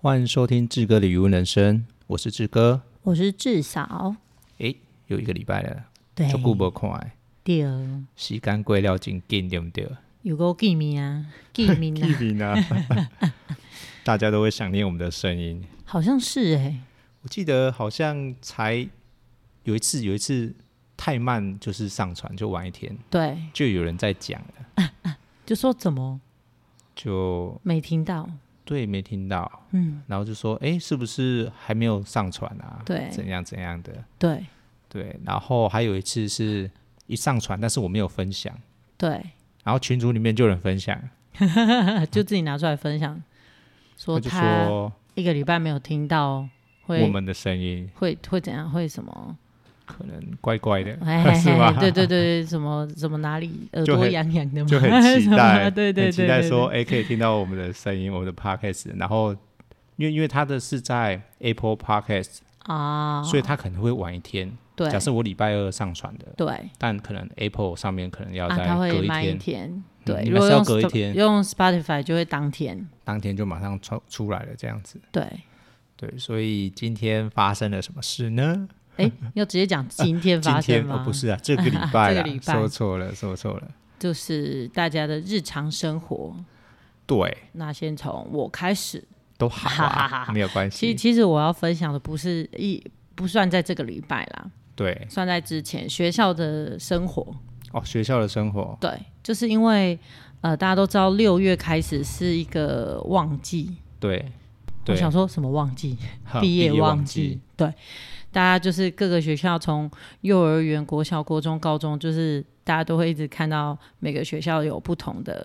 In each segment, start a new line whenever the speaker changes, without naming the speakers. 欢迎收听志哥的语文人生，我是志哥。
我是至少
诶，有一个礼拜了，
对
就顾不看，
对，
时间过了真紧，对不对？
有够见面啊，见 面
批
啊，
评 啊，大家都会想念我们的声音。
好像是哎、
我记得好像才有一次，有一次太慢，就是上传就晚一天，
对，
就有人在讲了，
就说怎么
就
没听到？
对没听到，
嗯，
然后就说诶，是不是还没有上传啊？
对
怎样怎样的？
对
对，然后还有一次是一上传，但是我没有分享，
对，
然后群组里面就有人分享，
就自己拿出来分享，说
他就
他
说
一个礼拜没有听到，
我
会
们的声音
会会怎样？会什么？
可能怪怪 的，
哎，
是吗？
对对对对，什么什么哪里耳
就
朵
很
痒痒的吗？
就 很期
什么
待，
对对对，
很期待
对
说，哎、可以听到我们的声音，我们的 podcast。然后，因为因为他的是在 Apple Podcast，、
啊，
所以他可能会晚一天。
对
假设我礼拜二上传的，
对。
但可能 Apple 上面可能要
啊，
再
他会
隔一
慢
天，嗯
一天，对，
你
如
们
果
是要
用
隔一
Sp-
天
用 Spotify 就会当天，
当天就马上出出来了这样子。
对，
对，所以今天发生了什么事呢？
哎，要直接讲今天
今
发生
天
吗？
哦，不，是啊，这个礼拜
这
啦，
个礼拜
说错了，说错了。
就是大家的日常生活。
对，
那先从我开始。
都好啊，没有关
其实，
系。
其实我要分享的不是一不算在这个礼拜啦，
对，
算在之前学校的生活。
哦，学校的生活，
对，就是因为呃，大家都知道六月开始是一个旺季。
对，
我
对，
想说什么旺季？
哈
啊毕业
旺
旺季，，对，大家就是各个学校从幼儿园、国小、国中、高中，就是大家都会一直看到每个学校有不同的，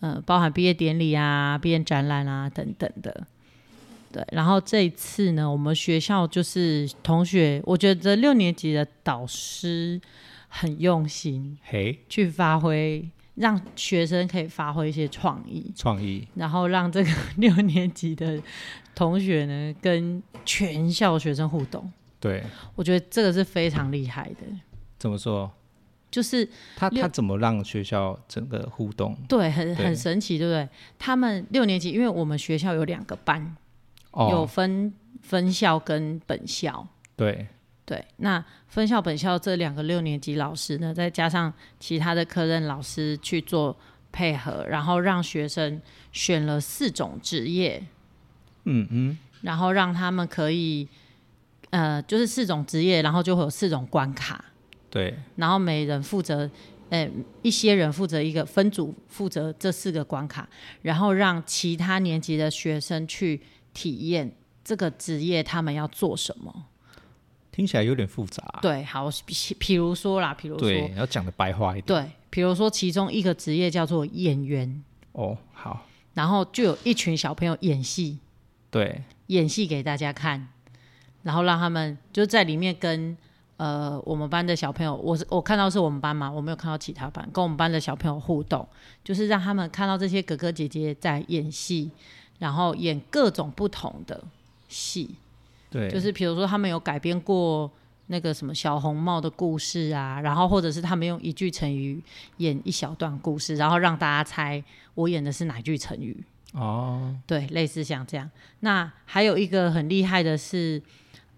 呃，包含毕业典礼啊、毕业展览啊等等的。对，然后这一次呢，我们学校就是同学，我觉得六年级的导师很用心
嘿，
去发挥，让学生可以发挥一些创意。
创意，
然后让这个 六年级的同学呢跟全校学生互动，
对，
我觉得这个是非常厉害的。
怎么说？
就是
他
六
他怎么让学校整个互动？
对，很
对
很神奇，对不对？他们六年级，因为我们学校有两个班，有
哦，
分分校跟本校。
对，
对，那分校本校这两个六年级老师呢，再加上其他的科任老师去做配合，然后让学生选了四种职业，
嗯嗯，
然后让他们可以，呃，就是四种职业，然后就会有四种关卡，
对，
然后每人负责，呃，一些人负责一个分组负责这四个关卡，然后让其他年级的学生去体验这个职业他们要做什么。
听起来有点复杂。
对，好，比比如说啦，比如说，
啊对，要讲的白话一点。
对，比如说其中一个职业叫做演员，
哦，好，
然后就有一群小朋友演戏，
对，
演戏给大家看，然后让他们就在里面跟呃我们班的小朋友，我是我看到是我们班嘛，我没有看到其他班，跟我们班的小朋友互动，就是让他们看到这些哥哥姐姐在演戏，然后演各种不同的戏，
对，
就是比如说他们有改编过。那个什么小红帽的故事啊，然后或者是他们用一句成语演一小段故事，然后让大家猜我演的是哪句成语。
哦，
对，类似像这样。那还有一个很厉害的是，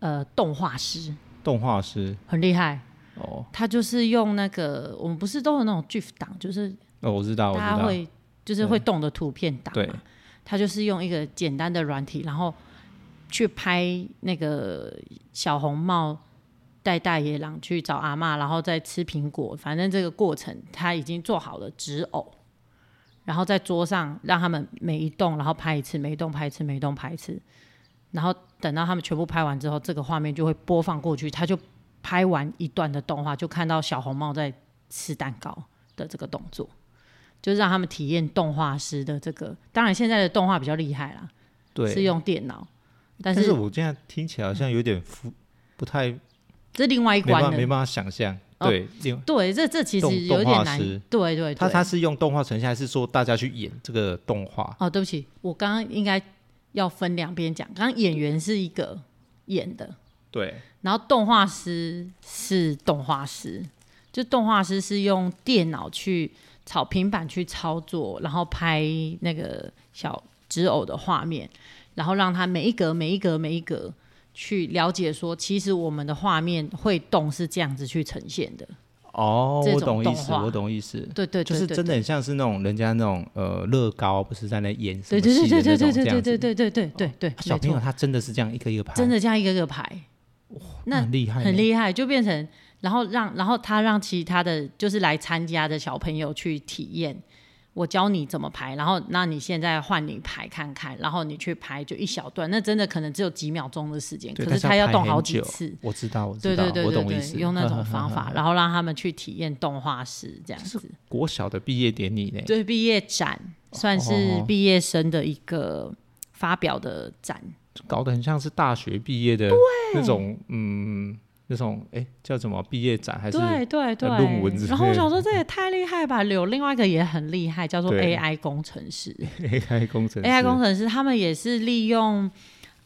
呃，动画师
动画师，
很厉害，
哦，
他就是用那个我们不是都有那种 GIF 档，就是
哦，我知道，我知
大家
道，
会就是会动的图片档
对
嘛。他就是用一个简单的软体，然后去拍那个小红帽带大野狼去找阿嬷，然后再吃苹果。反正这个过程他已经做好了纸偶，然后在桌上让他们每一栋，然后拍一次，每一栋拍一次，每一栋拍一次。然后等到他们全部拍完之后，这个画面就会播放过去，他就拍完一段的动画，就看到小红帽在吃蛋糕的这个动作，就是让他们体验动画师的这个。当然，现在的动画比较厉害啦，
对，
是用电脑，但
但
是
我现在听起来好像有点复，不太没
这是另外一
办法
关
没
的。
办法想象。
哦
对，另外
对，这这其实
动
有
动
点
画
难
师。
对哎对对，
他他是用动画呈现，还是说大家去演这个动画？
哦，对不起，我刚刚应该要分两边讲。刚刚演员是一个演的，
对，
然后动画师是动画师，就动画师是用电脑去操平板去操作，然后拍那个小纸偶的画面。然后让他每一格、每一格、每一格去了解说，其实我们的画面会动是这样子去呈现的。
哦，
这
我
种
懂意
动
思，
画
我懂意思。
对对对
就是真的很像是那种人家那种呃乐高，不是在那演什
对
么
对
戏的
对对
那种
对对
这
对
样子。啊
对对对对对对，
小
没
朋
错
友他真的是这样一个一个排，
真的这样一个个排，那
很厉害，
很。厉害，就变成然后让然后他让其他的就是来参加的小朋友去体验，我教你怎么排，然后那你现在换你排看看，然后你去排就一小段，那真的可能只有几秒钟的时间，
对
可是
但
他
是要
要
排
动好
很
几
久
次，
我知道，我知
对
道，
对对
我
对
懂意
对，
思。
用那种方
呵呵
法
呵，
然后让他们去体验动画师这样子，
国小的毕业典礼呢？
对毕业展算是
哦
毕业生的一个发表的展。
搞得很像是大学毕业的那种，嗯，那种哎、叫什么毕业展还是 呃
对对对，
论文之类的
然后我想说，这也太厉害吧！有另外一个也很厉害，叫做
对
AI 工程师。
AI 工程师
AI 工程师他们也是利用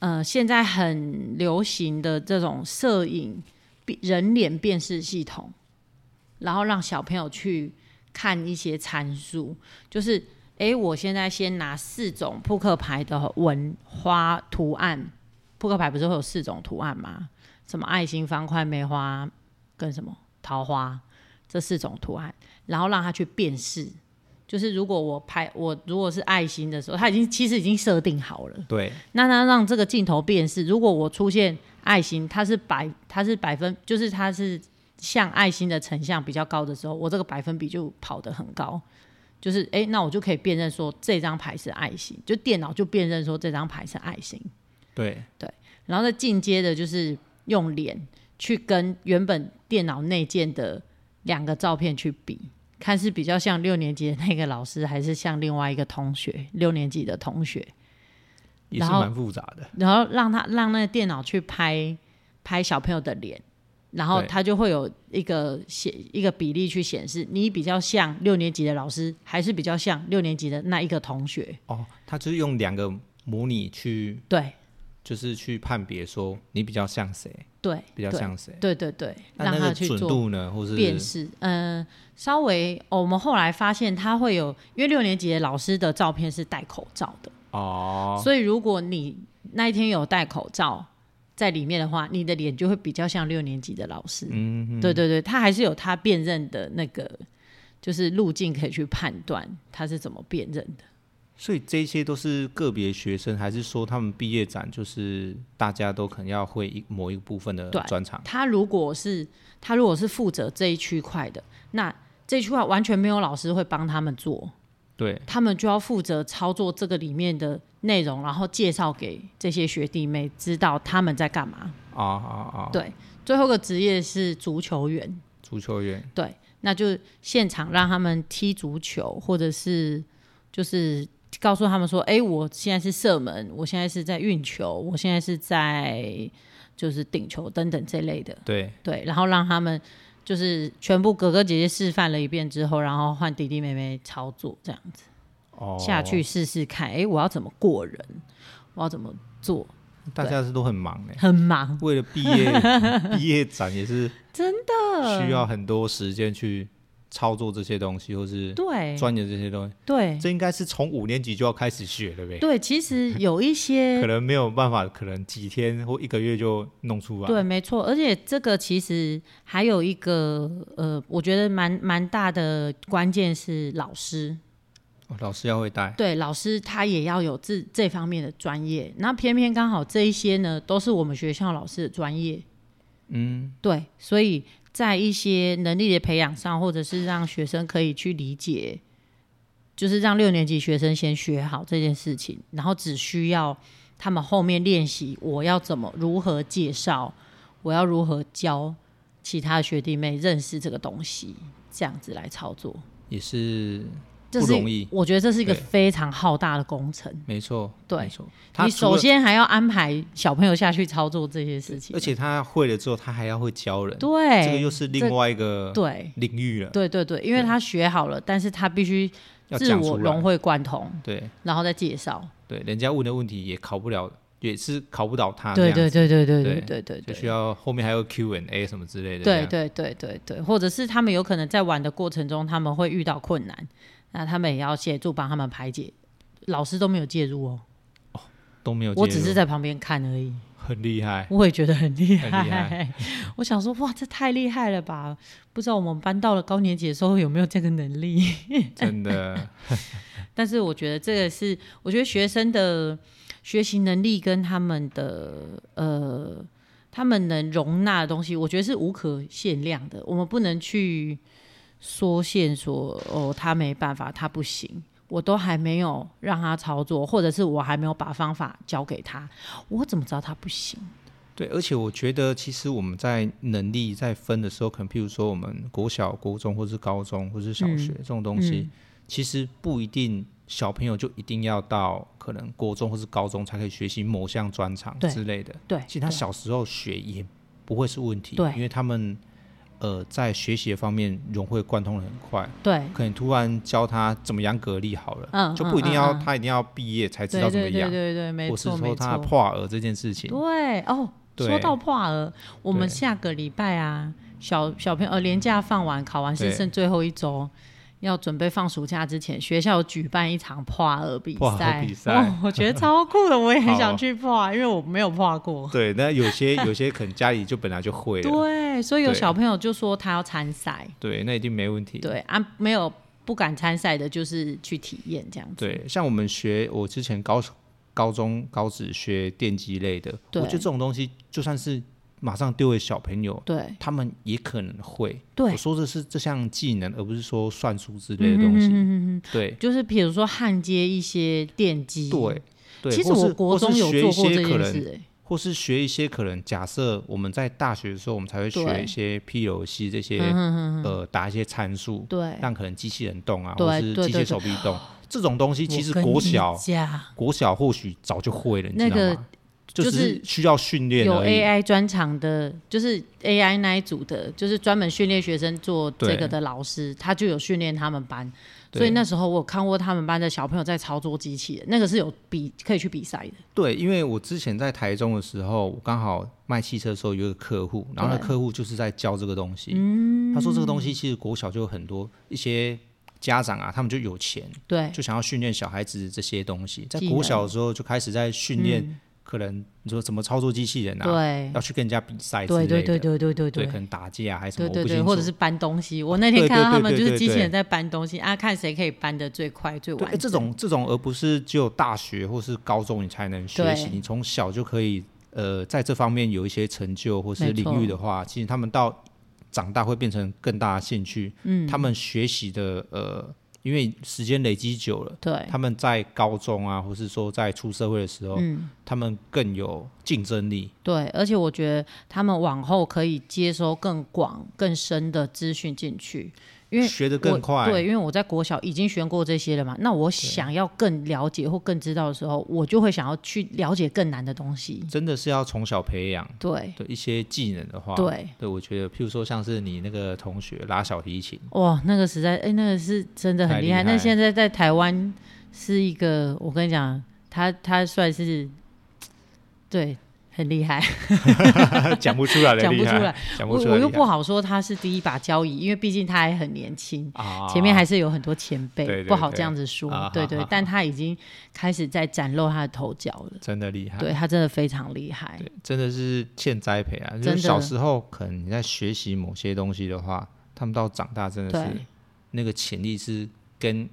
呃现在很流行的这种摄影辨人脸辨识系统，然后让小朋友去看一些参数，就是诶，我现在先拿四种扑克牌的纹花图案，扑克牌不是会有四种图案吗？什么爱心、方块、梅花跟什么桃花这四种图案，然后让他去辨识。就是如果我拍我如果是爱心的时候，他已经其实已经设定好了。
对
那他让这个镜头辨识，如果我出现爱心，它是百它是百分，就是它是像爱心的成像比较高的时候，我这个百分比就跑得很高。就是诶，那我就可以辨认说这张牌是爱心，就电脑就辨认说这张牌是爱心。
对
然后再进阶的就是用脸去跟原本电脑内建的两个照片去比，看是比较像六年级的那个老师，还是像另外一个同学六年级的同学，
也是
然后
蛮复杂的，
然后让他让那个电脑去拍拍小朋友的脸，然后
对
他就会有一个显一个比例去显示你比较像六年级的老师，还是比较像六年级的那一个同学。
哦，他就是用两个模拟去，
对
就是去判别说你比较像谁，
对，
比较
对
像谁，
对对对，
那
让
那
他
个
去
准
做
度呢，或是
辨识，嗯，稍微、哦我们后来发现他会有，因为六年级的老师的照片是戴口罩的，
哦，
所以如果你那一天有戴口罩在里面的话，你的脸就会比较像六年级的老师。
嗯，
对对对，他还是有他辨认的那个就是路径可以去判断他是怎么辨认的。
所以这些都是个别学生，还是说他们毕业展就是大家都可能要会一某一部分的
对
专长？
他如果是他如果是负责这一区块的，那这一区块完全没有老师会帮他们做。
对，
他们就要负责操作这个里面的内容，然后介绍给这些学弟妹知道他们在干嘛。
啊啊啊，
对，最后一个职业是足球员，
足球员
对，那就现场让他们踢足球，或者是就是告诉他们说，哎、我现在是射门，我现在是在运球，我现在是在就是顶球等等这类的。
对。
对，然后让他们就是全部哥哥姐姐示范了一遍之后，然后换弟弟妹妹操作这样子。
哦，
下去试试看，诶，我要怎么过人，我要怎么做，
大家是都很忙哎、
很忙，
为了毕 业毕业展也是真的需要很多时间去操作这些东西，或是
对
钻研这些东西。
对
这应该是从五年级就要开始学了呗，
对，其实有一
可
些
能没有办法，可能几天或一个月就弄出来。
对，没错，而且这个其实还有一个呃，我觉得蛮蛮大的关键是老师，
哦，老师要会带，
对，老师他也要有这这方面的专业。那偏偏刚好这一些呢，都是我们学校老师的专业。嗯，对，所以在一些能力的培养上，或者是让学生可以去理解，就是让六年级学生先学好这件事情，然后只需要他们后面练习我要怎么如何介绍，我要如何教其他学弟妹认识这个东西，这样子来操作。
也是
这
不
是
容易
我觉得这是一个
对
非常浩大的工程。
没错，
对
没错。他
你
除了
首先还要安排小朋友下去操作这些事情，
而且他会了之后，他还要会教人，
对，
这个又是另外一个
对
领域了，
对对对，因为他学好了，但是他必须
要
自
讲出
我融
来。
会贯通，
对
然后再介绍。
对，人家问的问题也考不了，也是考不倒他。
对对对对对
对
对对
就
对
需。要后面还有 Q&A 什么之类的。
对，对对对对，或者是他们有可能在玩的过程中，他们会遇到困难，那他们也要协助帮他们排解。老师都没有介入哦，
都没有介入，
我只是在旁边看而已。
很厉害，
我也觉得很厉害，
很厉害
我想说哇，这太厉害了吧！不知道我们搬到了高年级的时候有没有这个能力？
真的
但是我觉得这个是，我觉得学生的学习能力跟他们的呃，他们能容纳的东西，我觉得是无可限量的。我们不能去缩限说哦，他没办法，他不行。我都还没有让他操作，或者是我还没有把方法教给他，我怎么知道他不行？
对。而且我觉得，其实我们在能力在分的时候，可能譬如说我们国小、国中，或是高中，或是
嗯
小学、这种东西，其实不一定小朋友就一定要到可能国中或是高中才可以学习某项专长
对
之类的。
对，
其实他
对
小时候学也不会是问题，
对
因为他们呃在学习的方面融会贯通的很快。
对
可能突然教他怎么养蛤蜊好了，
嗯
就不一定要、
嗯嗯嗯
他一定要毕业才知
对
道
对
怎么
对
养，
对对，没
或是
错没
说他
错。
破饵这件事情，
对哦，
对
说到破儿，我
对
们下个礼拜啊，小小朋友呃年假放完，考完试
对
剩最后一周。要准备放暑假之前，学校有举办一场破儿比
破
赛，
儿比赛
哦，我觉得超酷的，我也很
好
想去破啊儿，因为我没有 破过。
对，那有些有些可能家里就本来就会了，
对，所以有
对
小朋友就说他要参赛，
对，那一定没问题。
对啊，没有不敢参赛的，就是去体验这样子。
对，像我们学我之前高高中高职学电机类的，我
对
觉得这种东西就算是马上丢给小朋友，
对
他们也可能会。
对嗯
我，说的是这项技能，而不是说算术之类的东西。对
就是比如说焊接一些电机，
对对，
其实
或是
我国中有做过
或是学
这
一些可
件
能
事、欸，
或是学一些可能假设我们在大学的时候，我们才会学
对嗯
一些 P 游戏这些，呃，打一些参数，
对，
让可能机器人动啊，
对
或是
对
机
对
械手臂 动这种东西，其实
我跟
国
你
小
讲
国小或许早就会了，你
那
知道
个
吗？就
就
只
是
是需要训练
有
而已。
AI 专场的，就是 AI 那一组的，就是专门训练学生做这个
对
的老师，他就有训练他们班。
对
所以那时候我有看过他们班的小朋友在操作机器人，那个是有比可以去比赛的。
对，因为我之前在台中的时候，我刚好卖汽车的时候有一个客户，然后那
对嗯
客户就是在教这个东西。他说这个东西其实国小就有很多一些家长啊，他们就有钱，
对
就想要训练小孩子这些东西，在
技
国
能嗯
小的时候就开始在训练，可能你说怎么操作机器人啊，
对
要去跟人家比赛之类
对
的，
对对对对对
对可
对。
能打架啊还是什么，
对对
我不
对，
清楚
或者是搬东西。我那天
对
看到
对
他
对
们
对
就是
对
机器
对
人在搬东西啊，看谁可以搬的最快最
对
完
哎
整。
这种这种，而不是只有大学或是高中你才能学
对
习，你从小就可以呃在这方面有一些成就或是
没错
领域的话，其实他们到长大会变成更大的兴趣，嗯，他们学习的呃，因为时间累积久了。
对
他们在高中啊，或是说在出社会的时候，
嗯
他们更有竞争力。
对，而且我觉得他们往后可以接收更广、更深的资讯进去，因为
学得更
我
快
对，因为我在国小已经学过这些了嘛，那我想要更了解或更知道的时候，我就会想要去了解更难的东西。
真的是要从小培养
对
的一些技能的话，
对，
我觉得，譬如说像是你那个同学拉小提 琴，
哇，那个实在，哎，那个是真的很
太
厉
厉
害。那
害
现在在台湾是一个，我跟你讲，他他算是对很厉害。
讲不出来的
讲不
厉害
出来，
讲
我
不出来
我
的
又
厉
不好说他是第一把交椅，因为毕竟他还很年轻，
害啊，
前面还是有很多前辈，
对对
不好这样子说，
对啊
对
哈
对，
哈哈
但他已经开始在展露他的头角了，
真的厉害，
对他真的非常厉害，
对，真的是欠栽培啊。就
真
是
的
小时候可能你在学习某些东西的话，他们到长大真的是
对
那个潜力是跟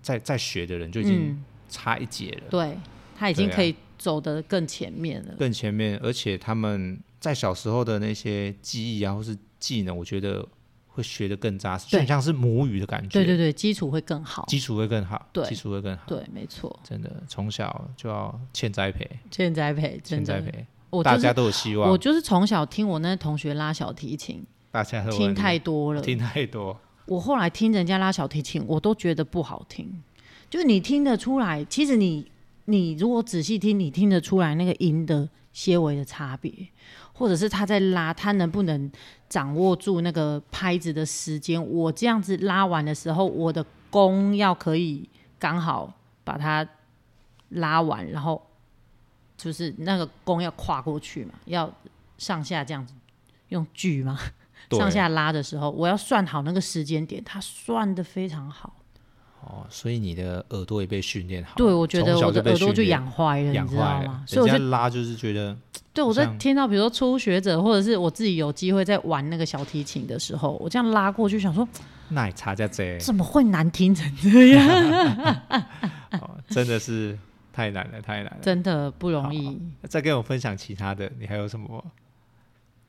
在在学的人就已经
嗯，
差一截了，
对他已经
对啊
可以走得更前面了，
更前面，而且他们在小时候的那些记忆啊，或是技能，我觉得会学得更扎实，就
对
很像是母语的感觉，
对对对，基础会更好，
基础会更好，
对
基础会更好，
对，没错，
真的从小就要欠栽培，
欠栽培，真
欠栽
的，
培，
我
大
就
家
是
都有希
我
望，
就是从小听我那同学拉小提琴，
大家都有
听太多 了，
听太多，
我后来听人家拉小提琴，我都觉得不好听。就是你听得出来，其实你你如果仔细听，你听得出来那个音的些微的差别，或者是他在拉，他能不能掌握住那个拍子的时间？我这样子拉完的时候，我的弓要可以刚好把它拉完，然后就是那个弓要跨过去嘛，要上下这样子用锯嘛。
对
上下拉的时候，我要算好那个时间点，他算的非常好，
哦，所以你的耳朵也被训练好了。
对，我觉得
从小
我的
被
耳朵
训
就
练
养坏了，
养
你知道
坏了
吗，？所以
人
我
家
在
拉就是觉得
对我在
像
听到，比如说初学者，或者是我自己有机会在玩那个小提琴的时候，我这样拉过去，想说
那也差价贼，
怎么会难听成这样？
哦真的是太难了，太难 了。
真的不容易。
再跟我分享其他的，你还有什么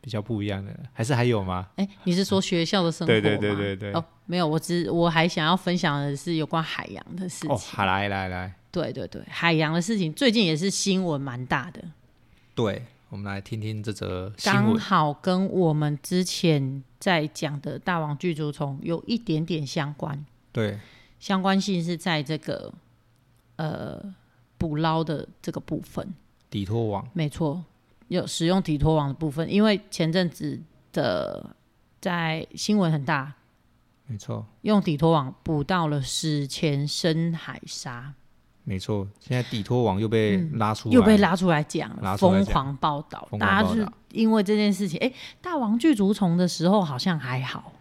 比较不一样的？还是还有吗？
哎、你是说学校的生活
对
吗？
对对对对
哦，没有，我只我还想要分享的是有关海洋的事情。
哦，好来来来，
对对对，海洋的事情最近也是新闻蛮大的，
对，我们来听听这则新
刚
闻。
好跟我们之前在讲的大王巨足虫有一点点相关。
对，
相关性是在这个呃捕捞的这个部分，
底托网
没错，有使用底拖网的部分，因为前阵子的在新闻很大，
没错，
用底拖网捕到了史前深海鲨，
没错。现在底托网又被拉出来，
嗯又被拉出来讲
拉
了，
出来
疯
讲
狂报道，
疯狂
大家
报
是
道
因为这件事情，哎、大王巨足虫的时候好像还好。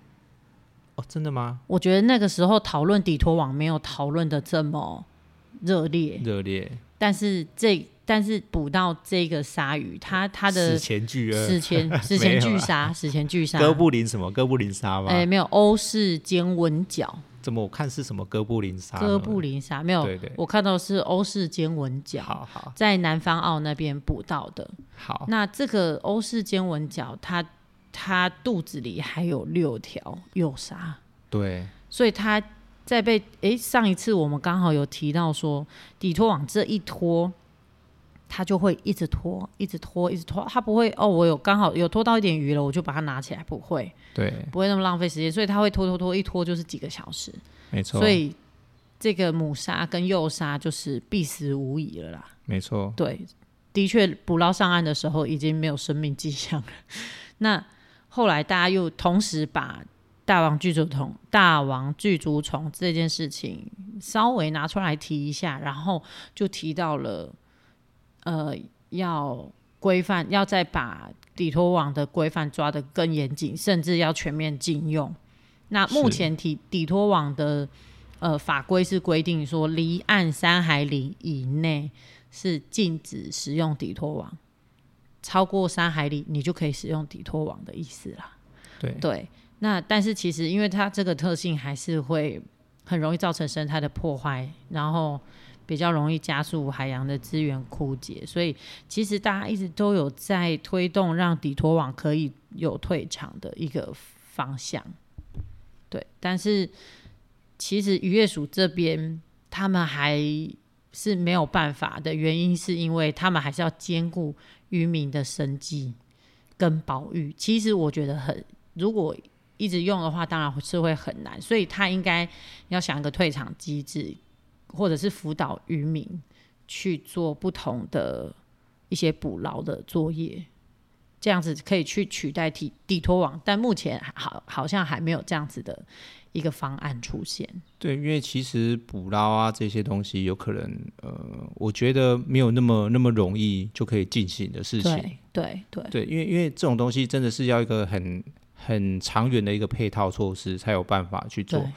哦，真的吗？
我觉得那个时候讨论底拖网没有讨论的这么热烈，
热烈，
但是这但是捕到这个鲨鱼，它它的
史前巨鳄，
史前史前
没有
巨
啊
鲨，史前巨鲨，
哥布林什么哥布林鲨吗？
哎没有欧式尖吻角，
怎么我看是什么哥布林鲨？
哥布林鲨没有
对对，
我看到的是欧式尖吻角，
好好
在南方澳那边捕到的。
好，
那这个欧式尖吻角，它它肚子里还有六条幼鲨，
对，
所以它在被哎上一次我们刚好有提到说，底拖网这一拖，它就会一直拖，一直拖，一直拖，它不会哦，我有刚好有拖到一点鱼了，我就把它拿起来，不会
对，
不会那么浪费时间，所以它会拖拖拖，一拖就是几个小时，
没错，
所以这个母鲨跟幼鲨就是必死无疑了啦。
没错，
对，的确捕捞上岸的时候已经没有生命迹象了。 那后来大家又同时把大王巨足虫、大王巨足虫这件事情稍微拿出来提一下，然后就提到了，呃，要规范，要再把底托网的规范抓得更严谨，甚至要全面禁用。那目
是
前底底托网的呃法规是规定说，离岸三海里以内是禁止使用底托网，超过三海里你就可以使用底托网的意思啦。
对，
对，那但是其实因为它这个特性还是会很容易造成生态的破坏，然后比较容易加速海洋的资源枯竭，所以其实大家一直都有在推动让底拖网可以有退场的一个方向。对，但是其实渔业署这边他们还是没有办法的原因，是因为他们还是要兼顾渔民的生计跟保育。其实我觉得很，如果一直用的话，当然是会很难，所以他应该要想一个退场机制，或者是辅导渔民去做不同的一些捕捞的作业。这样子可以去取代底底拖网，但目前好好像还没有这样子的一个方案出现。
对，因为其实捕捞啊这些东西，有可能呃，我觉得没有那么那么容易就可以进行的事情。
对对对，
对，因为因为这种东西真的是要一个很很长远的一个配套措施才有办法去做
对。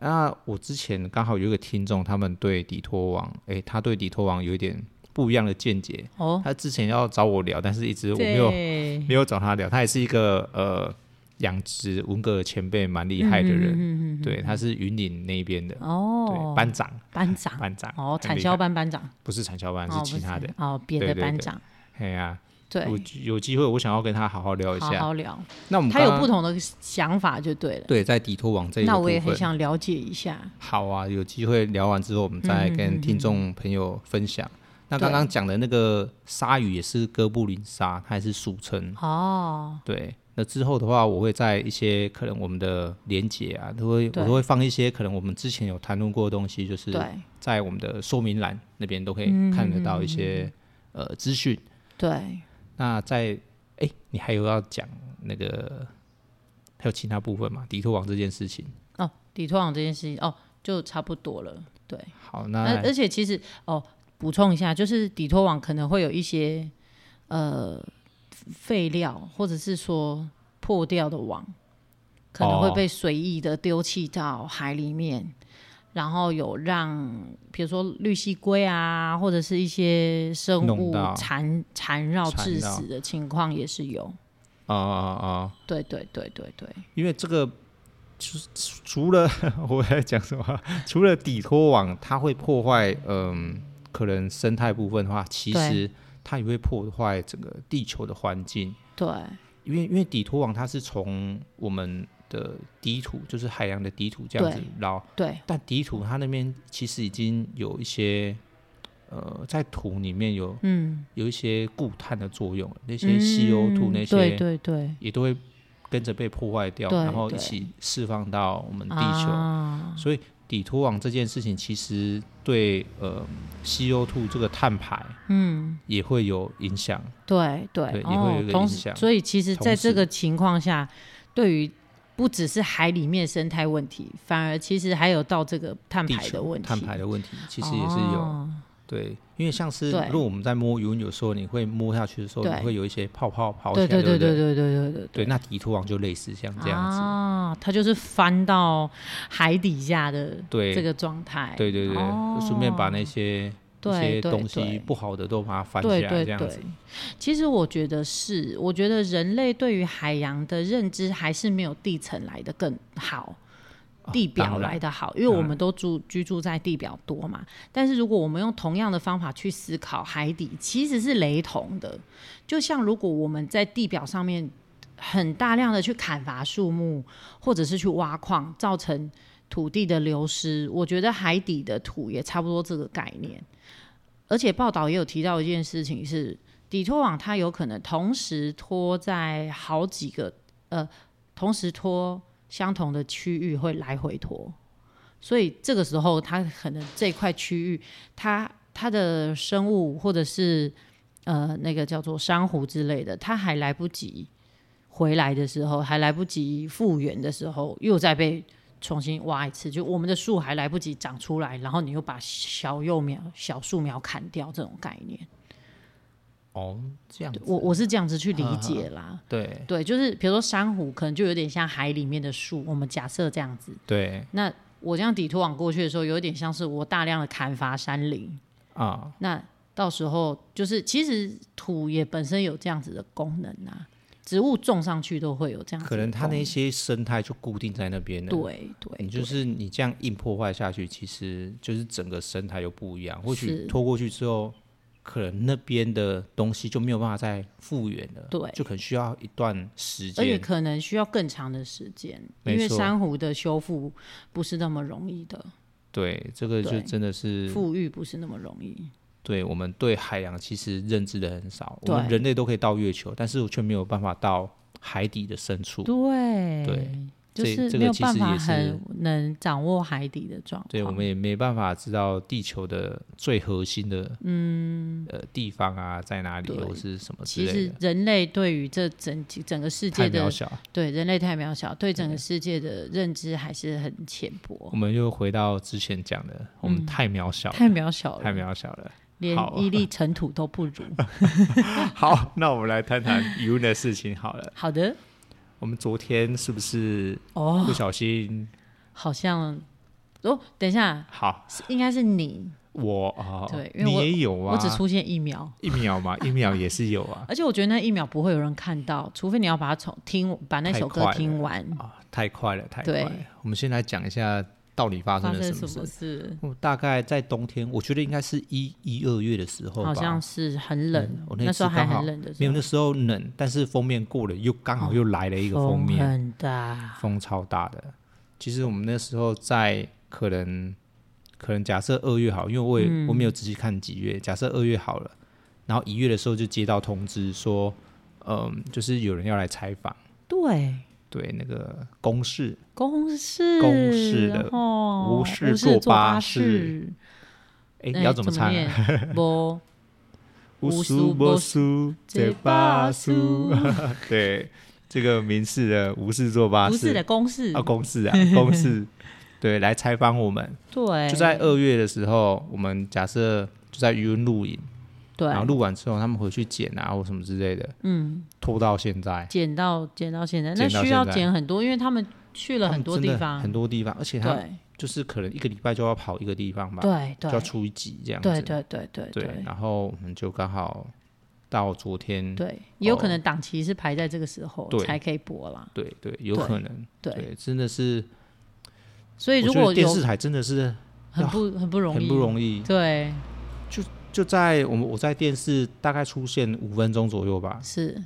那我之前刚好有一个听众，他们对底托网，诶，他对底托网有一点不一样的见解。
哦，
他之前要找我聊，但是一直我没有
对，
没有找他聊。他也是一个呃养殖文革前辈，蛮厉害的
嗯
人。对，他是云林那边的，
哦
对，，班长，
班长，
班长。
哦，
很
产
厉
销
害
班班长，
不是产销班，
哦，
是其他的
不。是哦，别的
对对
班
对
长，
哎呀，
对，
有有机会我想要跟他好好聊一
好
下。
好聊，
那我们
他有
刚刚
不同的想法就对了。
对，在底托网这一个
那我也
部
很
分
想了解一下，
好啊，有机会聊完之后，我们再
嗯
跟听众朋友分享。那刚刚讲的那个鲨鱼也是哥布林鲨，它也是俗称。
哦，
对，那之后的话，我会在一些可能我们的连结啊，都会
对
我都会放一些可能我们之前有谈论过的东西，就是
对
在我们的说明栏那边都可以看得到一
嗯
些、呃资讯。
对，
那在哎，你还有要讲那个还有其他部分吗？迪托网这件事情。
哦，底托网这件事情，哦，就差不多了，对。
好，
而
那
而且其实哦，补充一下，就是底托网可能会有一些呃废料，或者是说破掉的网，可能会
哦
被随意的丢弃到海里面。然后有让比如说绿蜥龟啊，或者是一些生
弄
物
到
缠缠绕
缠
致
绕
死的情况也是有。
啊啊啊！
对对对对对，
因为这个除除了 我在讲什么，除了底拖网它会破坏，嗯，可能生态部分的话，其
对
实它也会破坏整个地球的环境。
对，
因为因为底拖网它是从我们的底土，就是海洋的底土这样子
对
捞，
对，
但底土它那边其实已经有一些。呃，在土里面有
嗯，
有一些固碳的作用，那些 CO2
嗯
那些、
对对对，
也都会跟着被破坏掉，
对
然后一
对
起释放到我们地球。
啊，
所以底拖网这件事情，其实对呃 CO2 这个碳排
嗯，
也会有影响。
对对，
对也会
哦，
有一个
同
影
时
响，
所以其实
同
在这
时
个情况下，对于不只是海里面生态问题，反而其实还有到这个碳
地
排的
球
问题，
碳排的问题其实也是有、
哦
对，因为像是
对
如果我们在摸鱼，有时候你会摸下去的时候，
对
你会有一些泡泡跑起来，
对对
不
对
对
对对对对对
对那底拖网就类似像这样子，
啊，它就是翻到海底下的
对
这个状态，
对对对，
哦
就顺便把那些一
对
些
对
东西
对
不好的都把它翻起
对
来，
对
这样
对
子。
其实我觉得是，我觉得人类对于海洋的认知还是没有地层来的更好。
啊
地表
当然
来的好，因为我们都住居住在地表多嘛。但是如果我们用同样的方法去思考海底，其实是雷同的。就像如果我们在地表上面很大量的去砍伐树木，或者是去挖矿，造成土地的流失，我觉得海底的土也差不多这个概念。而且报道也有提到一件事情是，底拖网它有可能同时拖在好几个呃，同时拖相同的区域会来回拖，所以这个时候它可能这块区域它它的生物或者是呃那个叫做珊瑚之类的，它还来不及回来的时候，还来不及复原的时候，又再被。重新挖一次，就我们的树还来不及长出来，然后你又把小幼苗、小树苗砍掉，这种概念，
哦，这样子，
我我是这样子去理解啦。
对
对，就是比如说珊瑚，可能就有点像海里面的树。我们假设这样子，
对
那我这样底拖网过去的时候，有点像是我大量的砍伐山林。
啊。
那到时候就是，其实土也本身有这样子的功能啊，植物种上去都会有这样子的
可能它
功
那些生态就固定在那边了。
能，对对，
你就
对
是你这样硬破坏下去，其实就是整个生态又不一样。或许
是
拖过去之后，可能那边的东西就没有办法再复原了。
对
就可能需要一段时
而且
间。
可能需要更长的时间，
没
因为
错
珊瑚的修复不是那么容易的，
对，这个就
对
真的是
富裕不是那么容易。
对我们对海洋其实认知的很少。我
对
们人类都可以到月球，但是却没有办法到海底的深处。
对
对
就
这
是
这
没
个
有
其
办
实
法
也是
很能掌握海底的状况。
对，我们也没办法知道地球的最核心的嗯呃地方啊在哪里，
对
或是什么之
其
类
实
的，
人类对于这整体整个世界
太渺
的哦
小。
对人类太渺小，对整个世界的认知还是很浅薄
我，们又回到之前讲的，我们太渺小了，
嗯太渺小
太
了，
渺小了。
连
好
一粒尘土都 不如。
好，那我们来谈谈云的事情好了。
好的，
我们昨天是不是
哦，
不小心？
好像哦，等一下，
好，
是应该是你，
我啊，
对因为
你也有啊，
我只出现一秒。
一秒嘛，一秒也是有啊。
而且我觉得那一秒不会有人看到，除非你要把它从听把那首
太
歌
快了
听完，
啊，太快了，太快
对
了。我们先来讲一下到底发生
发
了
生
什么
什
事
么。事？
我哦大概在冬天，我觉得应该是一一二月的时候吧，嗯
好像是很冷，
我那
那时候
次
还
刚好
很冷的时
没有
候，
那时候冷，但是封面过了，又刚好又来了一个封
哦风
面，
很大，
风超大的。其实我们那时候在可能可能假设二月好，因为我也、
嗯
我没有仔细看几月，假设二月好了，然后一月的时候就接到通知说，嗯，就是有人要来采访，
对，
对那个公事
公式
公式的
哦，
无事
做
做巴
事，
哎、
哎
你要怎么唱、 啊？
念？不，
无
无
苏
苏
波
波
苏，这
这
巴
巴
苏
苏。
对，这个民事的无事做巴
不是
事
的，公式
啊，，公 事啊，公事。对，来采访我们，
对，
就在二月的时候，我们假设就在余温录影，
对
然，后录完之后，他们回去剪啊或什么之类的，
嗯，
拖到现在，
剪到剪到现在，
剪
那
到
需要
现在
剪很多，因为他们去了
他们
很多
真的
地方
很，多地方，而且他
对，
就是可能一个礼拜就要跑一个地方吧，
对
就
对
要出一集这样子。
对对对对
对然后我们就刚好到昨天，
对，也有可能档期是排在这个时候
哦对
才可以播啦。
对对，有
对
可能，
对，
真的是，
所以
我
如
觉得
果
电
有
视台真的是
很不很不容
很
易，
不容易，
对，
就在我们我在电视大概出现五分钟左右吧，
是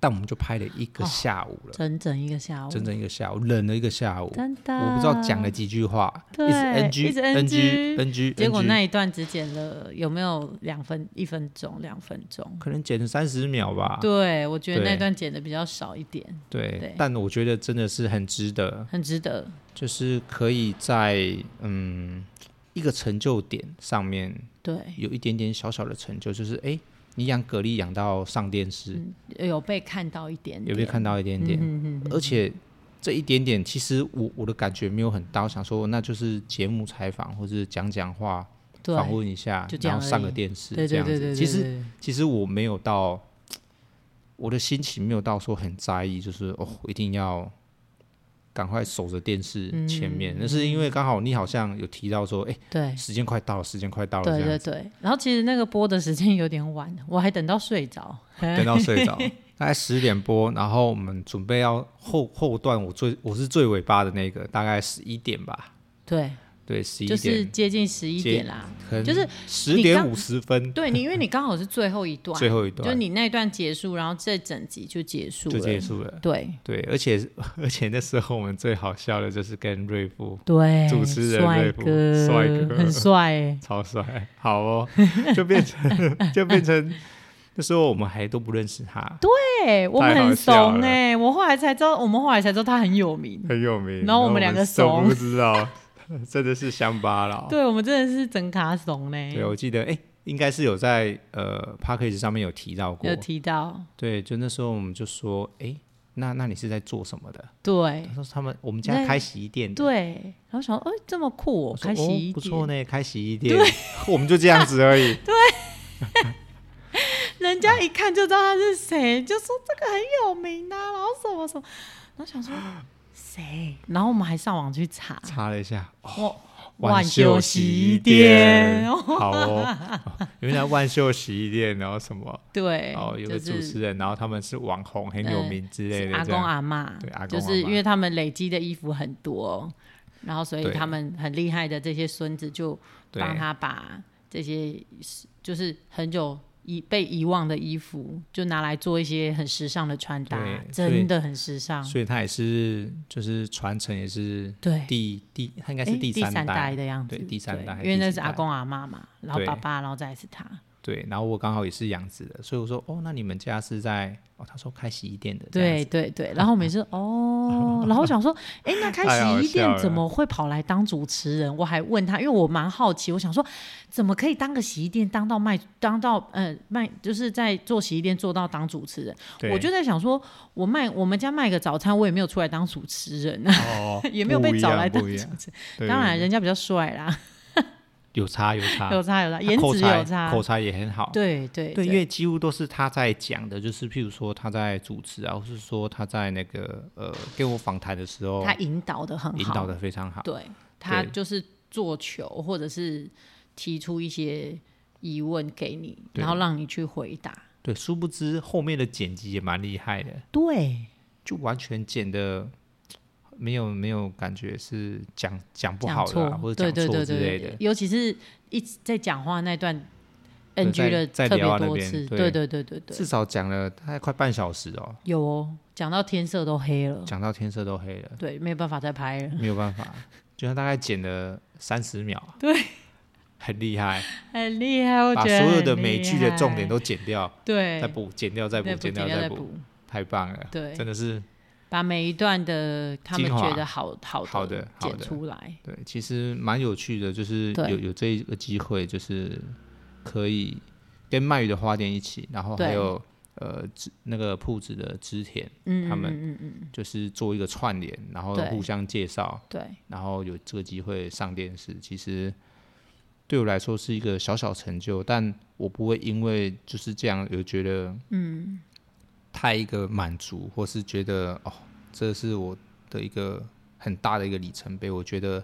但我们就拍了一个
哦
下午了，
整整一个下午，
整整一个下午，忍了一个下午，
哦真的，啊
我不知道讲了。几句话，
对
一直 NG
一直
NG
NG
NG，
结果那一段只剪了有没有两分一分钟两分钟？
可能剪了三十秒吧，
对，我觉得
啊对
那段剪的比较少一点，
对
对
但我觉得真的是很值得，
很值得。
就是可以在嗯一个成就点上面
对，
有一点点小小的成就，就是哎、诶你养蛤蜊养到上电视，
有被看到一点
有没有看
到？
到一点
嗯
点？而且这一点点，其实我我的感觉没有很大，我想说那就是节目采访或是讲讲话，
对，
访问一下
就，这
然
样
后上个电视
对
这
对
样
对
子。
对，
其实
实
其实我没有到，我的心情没有到说很在意，就是哦一定要。赶快守着电视前面，
嗯
那、是因为刚好你好像有提到说，哎、
对
时间快到了，时间快到了，
对
这样
对
子
对。然后其实那个播的时间有点晚，我还等到睡着。
等到睡着，
哎
大概十点播，然后我们准备要后后段，我最我是最尾巴的那个，大概十一点吧，
对，
对，十一
就
点，
是接近十一
接
点啦。
可能
就是
十
你
点
刚
五十分
对你，因为你刚好是最后一段，
最后一段
就你那一段结束，然后这整集就结束
就
了。
结束了，
对
对，而且而且那时候我们最好笑的就是跟瑞夫
对，
主持人
帅
瑞夫
哥，
帅哥
很帅欸。
超帅，好哦，就变成就变成那时候我们还都不认识他，
对我们很怂哎，我后来才知道，我们后来才知道他很有名。
很有名，
然后我们两个
都
怂
不知道， 真的是乡巴佬，
对我们真的是整卡怂嘞，
对，我记得，哎、应该是有在呃 p a c k a g e 上面有提到过
有。提到，
对，就那时候我们就说，哎、那那你是在做什么的？
对
他说他们我们家
哎那
开洗衣店的。
对，然后想说，哦，这么酷、
我
哦，
说，
开洗
哦、
衣
不
店，
错呢，开洗衣店。我们就这样子而 已。
人家一看就知道他是谁，就说这个很有名啊，然后什么什么，然后 想说谁，然后我们还上网去查，
查了一下，哦
哦，
万秀
秀
洗
衣
衣店，
哦
好哦，哦原来万秀洗衣店，然后什么，
对，
哦，有个
就
主
是
持人，然后他们是网红，很有
嗯
名之类
是
的，
阿
这
公
样
阿妈
对阿，公
就
阿
是因
嬷
为他们累积的衣服很多，然后所以
对
他们很厉害的这些孙子就
对
帮他把这些就是很久遗被遗忘的衣服，就拿来做一些很时尚的穿搭
对，所以
真的很时尚。
所以他也是就是传承，也是
对，
第第，他应该
诶
是
第
三
代的样子，
对第三代
因为
第
那
四
是阿
代
公阿妈嘛，然后
对
爸爸，然后再是他，
对，然后我刚好也是养殖的，所以我说哦，那你们家是在哦？他说开洗衣店的，这样
对
子，
对对。然后我们 也是哦，然后我想说，哎，那开
太好
洗衣
笑
店
了
怎么会跑来当主持人？我还问他，因为我蛮好奇，我想说，怎么可以当个洗衣店当到卖，当到呃卖，就是在做洗衣店做到当主持人？
对
我就在想说，我卖我们家卖个早餐，我也没有出来当主持人啊，
哦
也没有
不
被
一
找
样
来当
不一
主
样
持人。
对
当
对
然，
对
人家比较帅啦，
有差有差，
有差有差，
他
颜
口
值
才
有差
口，才也很好，
对对
因为几乎都是他在讲的，就是譬如说他在主持啊，或是说他在那个呃给我访谈的时候
他引导的很好，
引导的非常好，
对他
对
就是做球，或者是提出一些疑问给你，
对
然后让你去回答。
对，殊不知后面的剪辑也蛮厉害的，
对，
就完全剪的。没有没有感觉是讲讲不好
讲
的、
错
啊，，或者
对
讲
对
错
对
之
对
类
对
的，
尤其是一直在讲话那段
对
NG
在
的
在
特别
聊啊那
多
边
次，
对
对对对对
至
对，
少讲了大概快半小时哦，
有哦，讲到天色都黑了，
讲到天色都黑 了，
对，没有办法再拍了，
没有办法，就他大概剪了三十秒，
对，
很厉害，
很厉害，我
把
觉
所
得
有
很
的
厉
美剧的重点
害
都剪掉，
对
再，补，剪掉再补，
不
剪掉
停地
再
在
补，
补，
太棒了，
对
真的是
把每一段的他们
精华
觉得好好
好
的
的好
剪
的
出来，
对，其实蛮有趣的，就是
对
有有这一个机会，就是可以跟卖鱼的花店一起，然后还
对
有呃织那个铺子的织田，
嗯，
他们
嗯嗯嗯嗯，
就是做一个串联，然后
对
互相介绍，
对。
然后有这个机会上电视，其实对我来说是一个小小成就，但我不会因为就是这样有觉得嗯太一个满足，或是觉得哦这是我的一个很大的一个里程碑。我觉得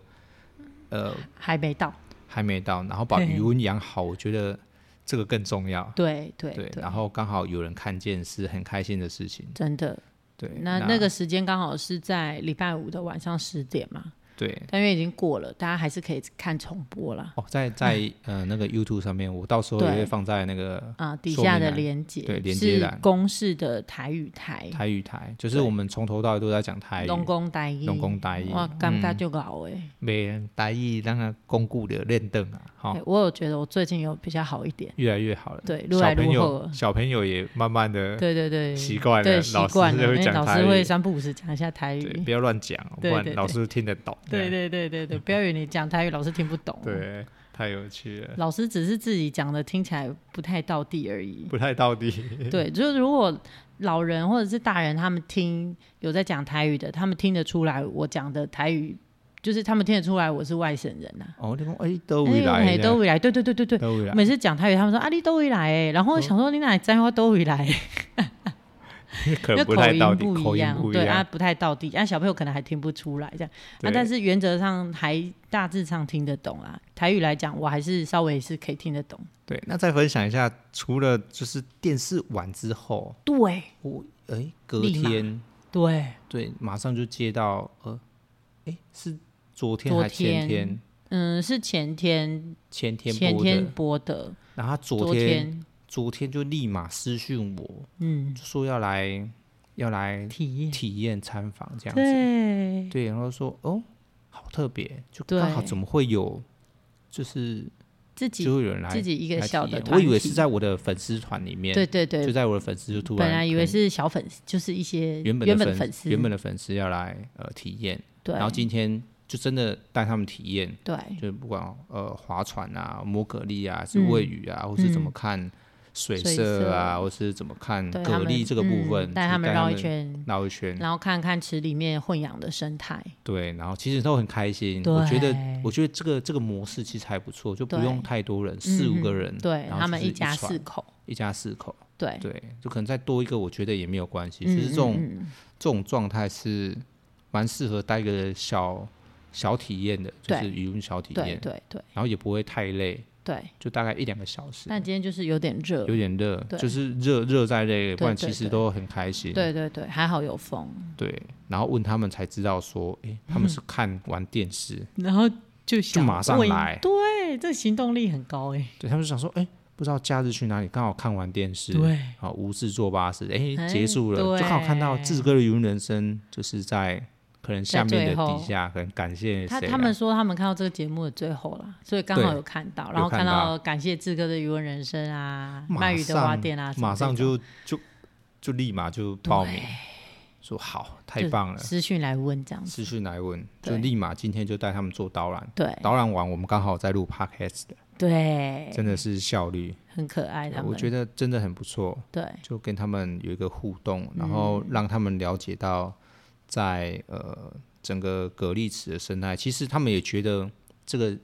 呃
还没到。
还没到，然后把
嘿嘿
余温养好，我觉得这个更重要。
对对
对，然后刚好有人看见是很开心的事情。
真的，
对，
那那个时间刚好是在礼拜五的晚上十点嘛，
对
但因为已经过了，大家还是可以看重播啦。
哦，在在呃那个 YouTube 上面，我到时候也
对
会放在那个
啊、底
说
下
明
的
栏
连接
对连接
是
栏
公式的台语台，
台语台，就是我们从头到尾都在讲台语，
龙宫台语，
龙宫台语嗯
哇，尴尬就搞哎、
没人台语让它巩固的练凳啊，好、
哎我有觉得我最近有比较好一点，
越来越好了。
对，越来
小
越
朋
好
友
了，
小朋友也慢慢的
对对对，
习惯了，
对习
老师
惯
就
了，因
会
为
讲
老
台
师会
语，
三不五时讲一下台
对，
语，
不要乱讲，不
对
然
对对
老师听得懂。
对对对对对，不要以为你讲台语老师听不懂，，
对，太有趣了，
老师只是自己讲的听起来不太到地而已，
不太到底。
对，就是如果老人或者是大人他们听有在讲台语的，他们听得出来我讲的台语，就是他们听得出来我是外省人呐、
哦，你讲哎，都
啊。
未
哎
来
嘿
的，
都回来，对对对对对。
都未来，
每次讲台语，他们说啊，你都回来哎，然后我想说你哪里在话都回来，
可
因为
能不太到底，
不
口
一
音
样，
不一
对啊，
样。
不太到底，啊，小朋友可能还听不出来这样，啊
对，
但是原则上还大致上听得懂
啊
啦。台语来讲，我还是稍微是可以听得懂。
对，那再分享一下，除了就是电视完之后，
对
我哎隔
立马
天
对，
对，马上就接到呃，哎是昨天
昨
还前天
嗯，是前天
前天
前
播
天
的，
播的，
然后他昨
昨
天
天
昨天就立马私讯我，
嗯
就说要来要来
体验
体验参访这样子，
对
对，然后说哦好特别，就
对
刚好怎么会有就是
自己
就会有人来
自己一个
来
小
体
的
验
团
我以
体，
为是在我的粉丝团里面，
对对
就
对，
在我的粉丝就突然
本来以为
可能
是小粉丝，就是一些
原
原
本
本的
粉
粉丝，
原本的粉丝要来呃体验，
对
然后今天就真的带他们体验，
对
就是不管呃划船啊、摸蛤蜊啊、还是喂鱼啊，或是怎么看水
嗯水
色啊，
色
或是怎么看
对
蛤
他们
蜊这个部
嗯
分，
带
就
他们绕一，圈，
绕一圈，
然后看看池里面混养的生态，
对，然后其实都很开心。我觉得
对
我觉得这个这个模式其实还不错，就不
对
用太多人，四五
嗯
个人，
对
然后
他
就
们
是
一
一
家
船
四口，
一家四口，
对，
对，就可能再多一个，我觉得也没有关系，
嗯
就是这种。
嗯嗯
这种状态是蛮适合带一个小小体验的，就
对
是语文小体
对
验，
对对
然后也不会太累，
对，
就大概一两个小时，
但今天就是有点热
有。点热，
对
就是热热在累，不然
对
其实
对
都很开心。
对对对，还好有风，
对然后问他们才知道说，哎，他们是看完电视，
然后就
就
想
马上
问
来，
对，这行动力很高哎、
对他们就想说，哎，不知道假日去哪里，刚好看完电视，
对，
好无事做巴士，哎，
哎
结束了，就
对
刚好看到志哥的语文人生，就是在可能下
在
面
最
的
后
底下，可能感谢
他
谁啊，
他们说他们看到这个节目的最后啦，所以刚好
对
有看到，
有
然后
看
看
到
到感谢志哥的余文人生啊，
马
卖鱼的花
上
店啊，什么
马上
这种
就就就立马就报名，说好，太
就
棒了，
私讯来问这样子。
私讯来问，就
对
立马今天就带他们做导览，
对
导览完我们刚好在录 podcast 的，
对，
真的是效率，
很可爱，他们
我觉得真的很不错，
对
就跟他们有一个互动，然后
嗯
让他们了解到在呃整个蛤蜊池的生态，其实他们也觉得这个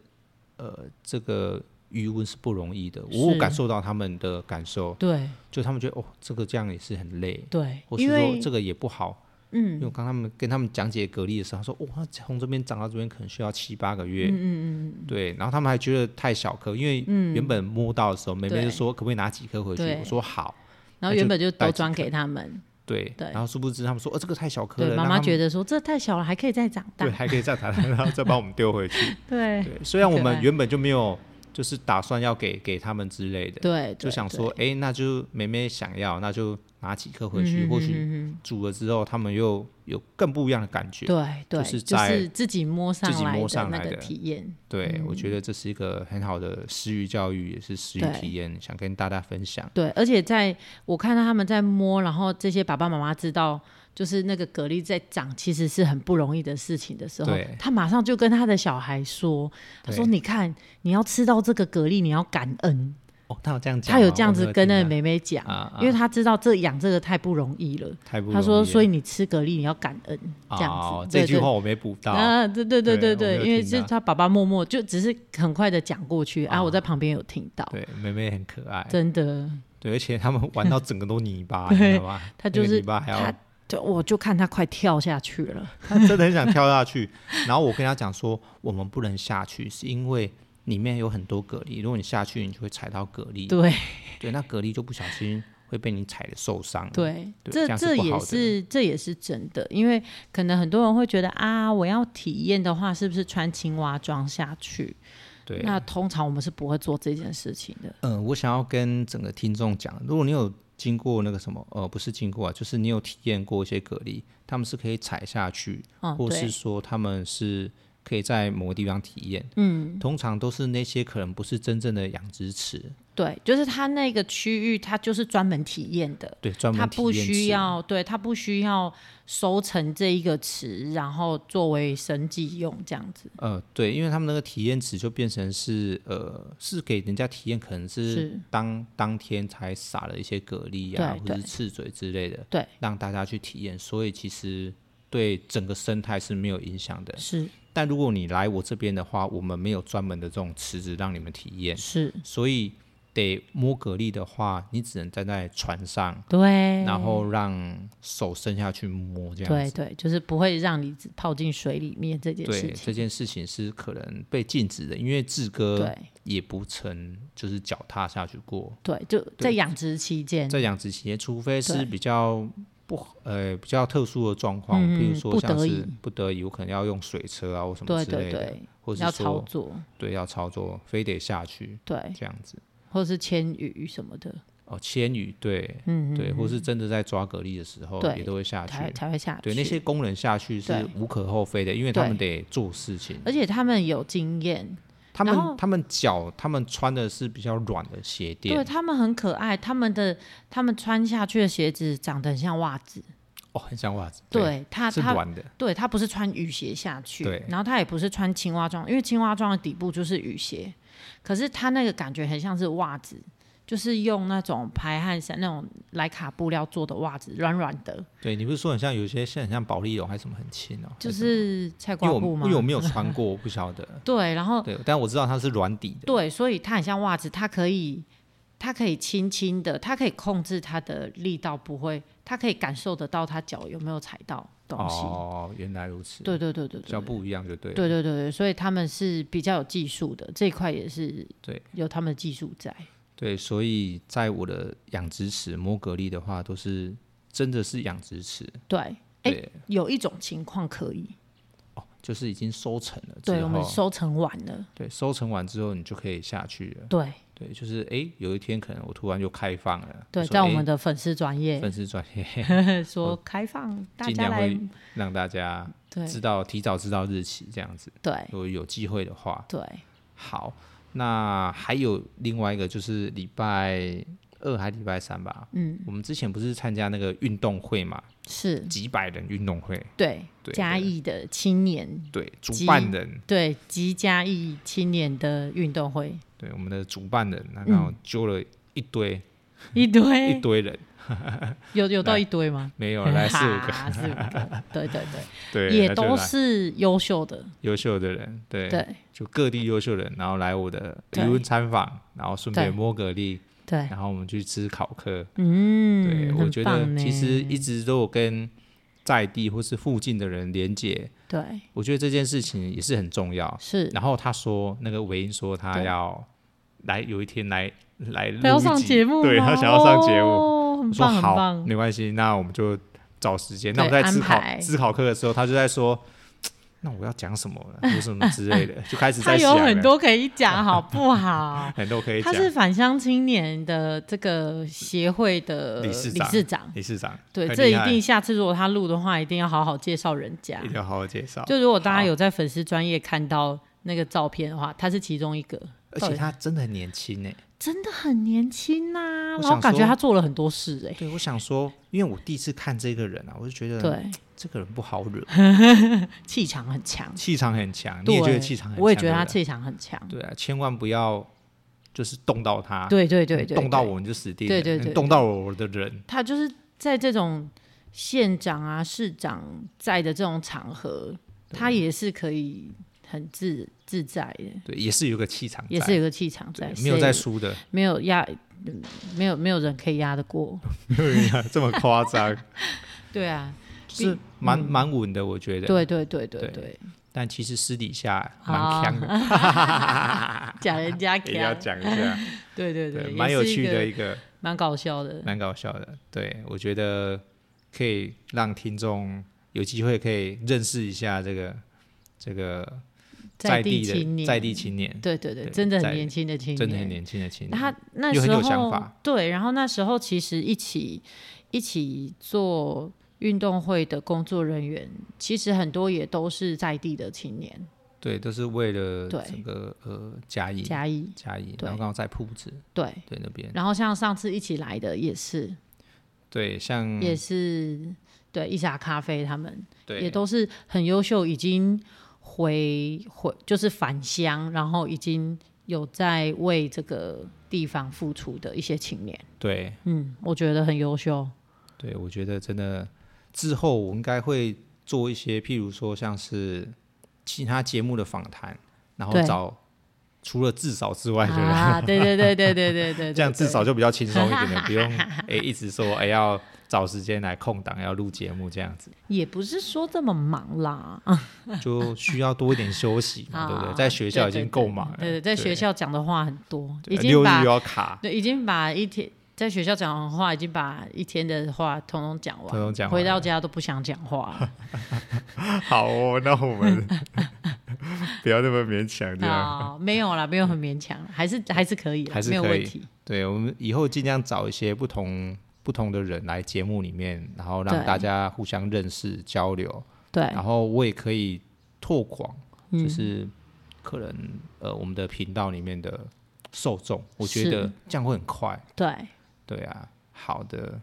呃这个。余温是不容易的，我有
是
感受到他们的感受，
对
就他们觉得哦，这个这样也是很累，
对
或，是
因
说
为
这个也不好。因
嗯
为我刚他们跟他们讲解蛤蜊的时候，他说：“哇、它从这边长到这边可能需要七八个月。
嗯嗯
对，然后他们还觉得太小颗，因为原本摸到的时候，妹妹就说：“可不可以拿几颗回去
对？”
我说：“好。
嗯，然后
就
原本就
带
都
几
转
颗
给他们，
对”
对
然后殊不知他们说：“哦，这个太小颗了。”
对，妈妈觉
得
得说这太小了，还可以再长大
对，，还可以再打，然后再帮我们丢回 去。
对
对，虽然我
很可
们
爱
原本就没有就是打算要给给他们之类的，
对，
就
对
想
对
说：“哎，那就妹妹想要，那就拿几颗回
嗯
去，
嗯
或
嗯
许
嗯嗯
煮了之后，他们又有更不一样的感觉。
对对，
是
就
在
是自己摸上
己
来
摸
的
上
那
来
个
的
体验，
对，我觉得这是一个很好的食育教育，也是食育
对
体验，想跟大家分享。
对，而且在我看到他们在摸，然后这些爸爸妈妈知道，就是那个蛤蜊在长，其实是很不容易的事情的时候
对，
他马上就跟他的小孩说：“他说
对
你看，你要吃到这个蛤蜊，你要感恩。
哦，他有这样”讲吗，
他有这样
我没
子跟那个
听
妹妹讲，
到啊，
因为
啊
他知道这养这个太不容易了。
太不
他说：“所
以
以你吃蛤蜊，你要感恩。”这样子，
哦、
对
这句
对
话我没补到。
啊，对对对
对我
对
没
对，
有
因为
听
是
到
他爸爸默默就只是很快的讲过去啊，我
啊
在旁边有听到，
对，妹妹很可爱，
真的，
对，而且他们玩到整个都泥巴，你知道吗？嗯
他
那个
就是
泥巴还要
他对，我就看他快跳下去了。
他真的很想跳下去。然后我跟他讲说，我们不能下去，是因为里面有很多蛤蜊，如果你下去，你就会踩到蛤蜊。
对
对，那蛤蜊就不小心会被你踩的受伤。，
对，
对这
这
样是
这
不好
也
的
是这也是真的，因为可能很多人会觉得啊，我要体验的话，是不是穿青蛙装下去？
对。啊
那通常我们是不会做这件事情的。
嗯、我想要跟整个听众讲，如果你有经过那个什么，呃，不是经过啊，就是你有体验过一些蛤蜊，他们是可以踩下去，
嗯，
或是
对，
说他们是可以在某个地方体验。
嗯，
通常都是那些可能不是真正的养殖池，
对，就是他那个区域，他就是专门体验的。
对，专
他
门体
不
验
需
池。
要，对他不需要收成这一个池，然后作为生计用这样子。
呃，对，因为他们那个体验池就变成是呃，是给人家体验，可能是
是
当当天才撒了一些蛤蜊啊，
对
或者是
对
刺嘴之类的，
对，
让大家去体验。所以其实对整个生态是没有影响的。
是
但如果你来我这边的话，我们没有专门的这种池子让你们体验，
是，
所以得摸蛤蜊的话，你只能站在船上，
对，
然后让手伸下去摸这样
对
子。
对，就是不会让你泡进水里面这件
对
事
这
情。
件事情是可能被禁止的，因为志哥
对
也不曾就是脚踏下去过。
对，就在养殖期间，
在养殖期间，除非是
嗯对
比较不呃比较特殊的状况，
嗯
比如说
不
像
得
是
已
不得已，我可能要用水车啊或什么
对
之类
对
的，
对，
或是
要操
说
作，
对要操作，非得下去
对，
这样子。
或是牵鱼什么的，
哦，千鱼对、
嗯，
对，或是真的在抓蛤蜊的时候
对
也都会下去，
才才会下去。
对那些工人下去是
对
无可厚非的，因为他们得做事情。
而且他们有经验，
他
然后
们他们脚他们穿的是比较软的鞋
对
垫，
他们很可爱，他们的他们穿下去的鞋子长得很像袜子，
哦，很像袜子，对，
对他
是
他
软的，
对，它不是穿雨鞋下去，
对
然后它也不是穿青蛙装，因为青蛙装的底部就是雨鞋，可是它那个感觉很像是袜子，就是用那种排汗衫那种莱卡布料做的袜子，软软的，
对你不是说很像有些现在很像保利龙还是什么很轻哦，
就
还什么
是菜
因
瓜
为我
布
因
吗哦
为？我没 有穿过，我不晓得，
对，然后
对，但我知道它是软底的，
对，所以它很像袜子，它可以。它可以轻轻的，它可以控制它的力道，不会，它可以感受得到它脚有没有踩到东西。
哦，原来如此，
对对对对
比较
对，
不一样就对了，
对对对对，所以他们是比较有技术的，这一块也是
对
有他们的技术在。
对，所以在我的养殖池摸蛤蜊的话，都是真的是养殖池，
对，哎、
对，
有一种情况可以，
哦，就是已经收成了之
对我们
后，
收成晚了，
对，收成完之后你就可以下去了。
对
对，就是哎，有一天可能我突然就开放了，
对，
说
在我
诶
们的粉丝专业
粉丝专业
说开放大
尽
家
量
来
会，让大家
对
知道提早知道日期这样子，
对
如果有机会的话，
对，
好。那还有另外一个就是礼拜二还礼拜三吧，
嗯，
我们之前不是参加那个运动会嘛，
是，
几百人运动会，
对
对
嘉
对
义的青年，
对，主
集
办人，
对集嘉义青年的运动会
对我们的主办人，那刚
嗯
好揪了一堆、
一
一
堆，
堆人，
有有到
来
一堆吗？
没 有来四五个，
哈四五个，对对对，
对，
也
那就
都
来
是优秀的，
优秀的人，对，
对
就各地优秀的人，然后来我的渔
对
温参访，然后顺便
对
摸蛤蜊，
对，
然后我们去吃烤客，
嗯，
对我
很
觉
棒
得其实
呢
一直都有跟在地或是附近的人连接，
对
我觉得这件事情也是很重要。
是
然后他说，那个韦英说他
对
要来有一天来来录
他要
一
上
集
节目吗，
对他想要上节目，
哦，很
我说
棒很
好，
棒，
没关系，那我们就找时间。那我
对
们在思
安
考
排
思考课的时候，他就在说，那我要讲什么了，有什么之类的，就开始在
他有
想了？
很多可以讲，好不好
很多可以
他
讲。
是返乡青年的这个协会的
理事长
长
理事长，
对，
很
这
厉
一
害
定下次如果他录的话，一定要好好介绍人家
一。定要好好介绍。
就如果大
好
家有在粉丝专业看到那个照片的话，他是其中一个，
而
到
且
底
他真的很年轻诶，
真的很年轻呐、
我
然后
想
感觉
说
他做了很多事哎、
对，我想说，因为我第一次看这个人啊，我就觉得
对，
这个人不好惹，
气场很强。
气场很强。你
对，
也觉得气场很强？
我也觉得他
对
气场很强。
不对对啊，千万不要就是动到他，
对对对对，
动到
对
我你就死定了，
对对对对
动到我的人，
他就是在这种县长啊、市长在的这种场合，他也是可以很自自在的，
对，也是有个气场在，
也是有个气场在
对，没有在
谁
输 的，
没有压，嗯没有没有人可以压得过。
没有人家这么夸张。
对啊，
是蛮蛮稳的，我觉得。
嗯对对对对
对
对，
但其实私底下
哦
蛮强的，
讲人家 强
也要讲啊一下，
对对
对，
也
蛮有
是一
趣的
个
一个，
蛮搞笑的。
蛮搞笑的。对，我觉得可以让听众有机会可以认识一下这个这个在
地
地
青
的
年，
在地青年，
对对对，
对
真的很
在
年轻的青年，
真的很年轻的青年。
他那
又
时
很
候
有想法
对，然后那时候其实一起一起做运动会的工作人员，其实很多也都是在地的青年，
对，都是为了
对
整个呃嘉义
嘉义
嘉义，
对
然后刚好在铺子
对。
对那边，
然后像上次一起来的也是，
对，像
也是对伊莎咖啡他们
嗯对
也都是很优秀，已经回回就是返乡，然后已经有在为这个地方付出的一些青年，
对
嗯，我觉得很优秀，
对，我觉得真的之后我应该会做一些，譬如说像是其他节目的访谈，然后
对
找除了至少之外的人，
啊，对对对对对对对，
这样
对
至少就比较轻松一点 点，不用哎、一直说哎、要找时间来空档要录节目这样 子，
也不是说这么忙啦，
哎就需要多一点休息嘛，对不对？
啊
在学校已经够忙了，
嗯对对，对在学校讲的话很多，
对
已
六哦日又
经把
要卡，
对已经把一天在学校讲的话，已经把一天的话统统讲完，
统统讲完
回到家都不想讲话 了
好哦，那我 们 不要那么勉强这样。
啊、没有啦，没有很勉强，还是还是可以啦，
还是
没有
可以
问题。
对，我们以后尽量找一些不同不同的人来节目里面，然后让
对
大家互相认识交流，
对，
然后我也可以拓广，
嗯
就是可能呃我们的频道里面的受众，我觉
是
得这样会很快。
对，
对啊，好的。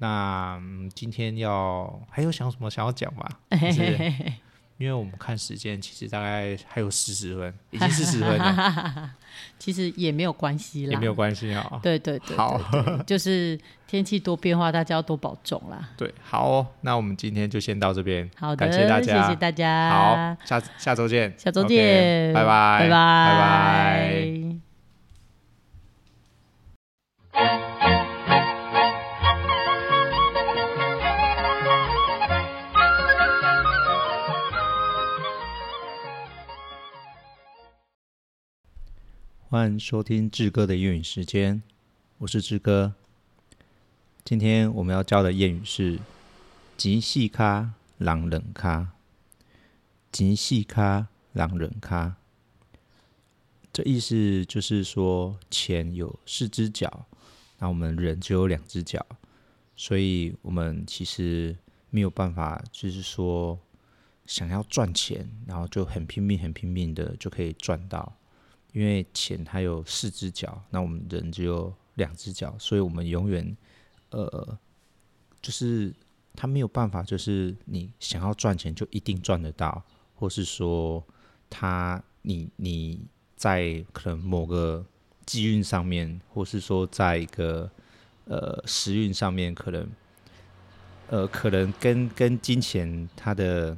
那、嗯今天要还有想什么想要讲吗？就是 因为我们看时间，其实大概还有四十分，已经四十分了。
其实也没有关系啦，
也没有关系啊、
对 对 对，
好，
对就是天气多变化，大家要多保重啦。
对，好、哦，那我们今天就先到这边，
好的，
感谢大家，
谢谢大家，
好，，下下周见，
下周
OK，
见，
拜拜，
拜拜，
拜拜。欢迎收听志哥的谚语时间，我是志哥。今天我们要教的谚语是“极细咖狼冷咖”，极细咖狼冷咖。这意思就是说，钱有四只脚，那我们人只有两只脚，所以我们其实没有办法，就是说想要赚钱，然后就很拼命、很拼命的就可以赚到。因为钱它有四只脚，那我们人只有两只脚，所以我们永远呃，就是他没有办法，就是你想要赚钱就一定赚得到，或是说他你你在可能某个机运上面，或是说在一个呃时运上面，可能呃可能跟跟金钱它的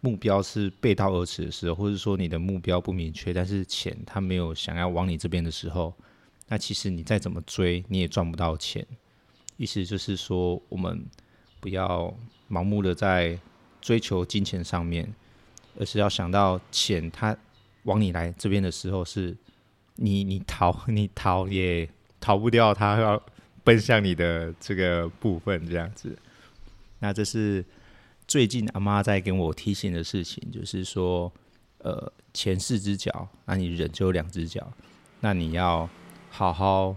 目标是背道而驰的时候，或者说你的目标不明确，但是钱它没有想要往你这边的时候，那其实你再怎么追，你也赚不到钱。意思就是说，我们不要盲目的在追求金钱上面，而是要想到钱它往你来这边的时候是，你你逃 你逃也逃不掉，它要奔向你的这个部分这样子。那这是最近阿妈在跟我提醒的事情，就是说，呃，前四只脚，那你人只有两只脚，那你要好好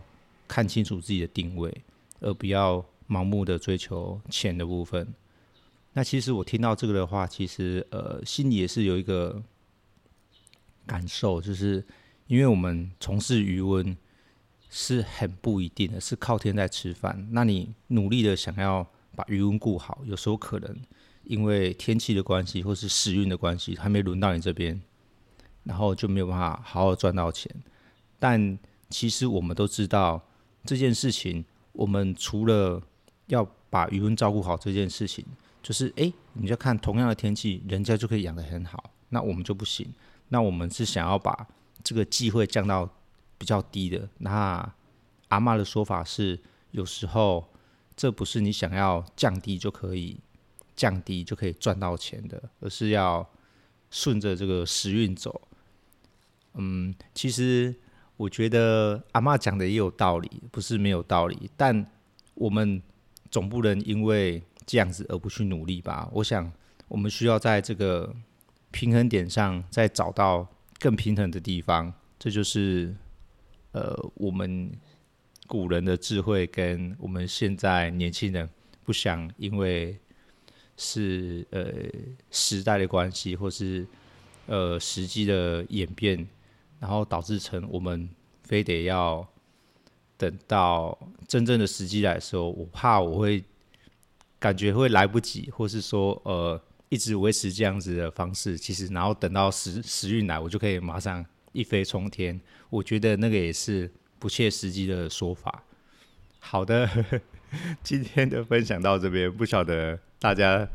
看清楚自己的定位，而不要盲目的追求钱的部分。那其实我听到这个的话，其实呃，心里也是有一个感受，就是因为我们从事渔温是很不一定的，是靠天在吃饭。那你努力的想要把渔温顾好，有时候可能因为天气的关系，或是时运的关系，还没轮到你这边，然后就没有办法好好赚到钱。但其实我们都知道这件事情，我们除了要把渔温照顾好这件事情，就是诶，你就看同样的天气，人家就可以养得很好，那我们就不行。那我们是想要把这个机会降到比较低的。那阿嬷的说法是，有时候这不是你想要降低就可以降低就可以赚到钱的，而是要顺着这个时运走。嗯，其实我觉得阿嬷讲的也有道理，不是没有道理，但我们总不能因为这样子而不去努力吧？我想我们需要在这个平衡点上再找到更平衡的地方，这就是呃我们古人的智慧跟我们现在年轻人不想因为是呃时代的关系或是。呃实际的演变，然后导致成我们非得要等到真正的时机来的时候，我怕我会感觉会来不及，或是说呃一直维持这样子的方式，其实然后等到时时运来，我就可以马上一飞冲天。我觉得那个也是不切实际的说法。好的， 今天的分享到这边，不晓得大家。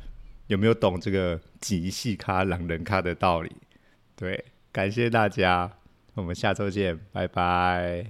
有没有懂这个极细咖、懒人咖的道理？对，感谢大家，我们下周见，拜拜。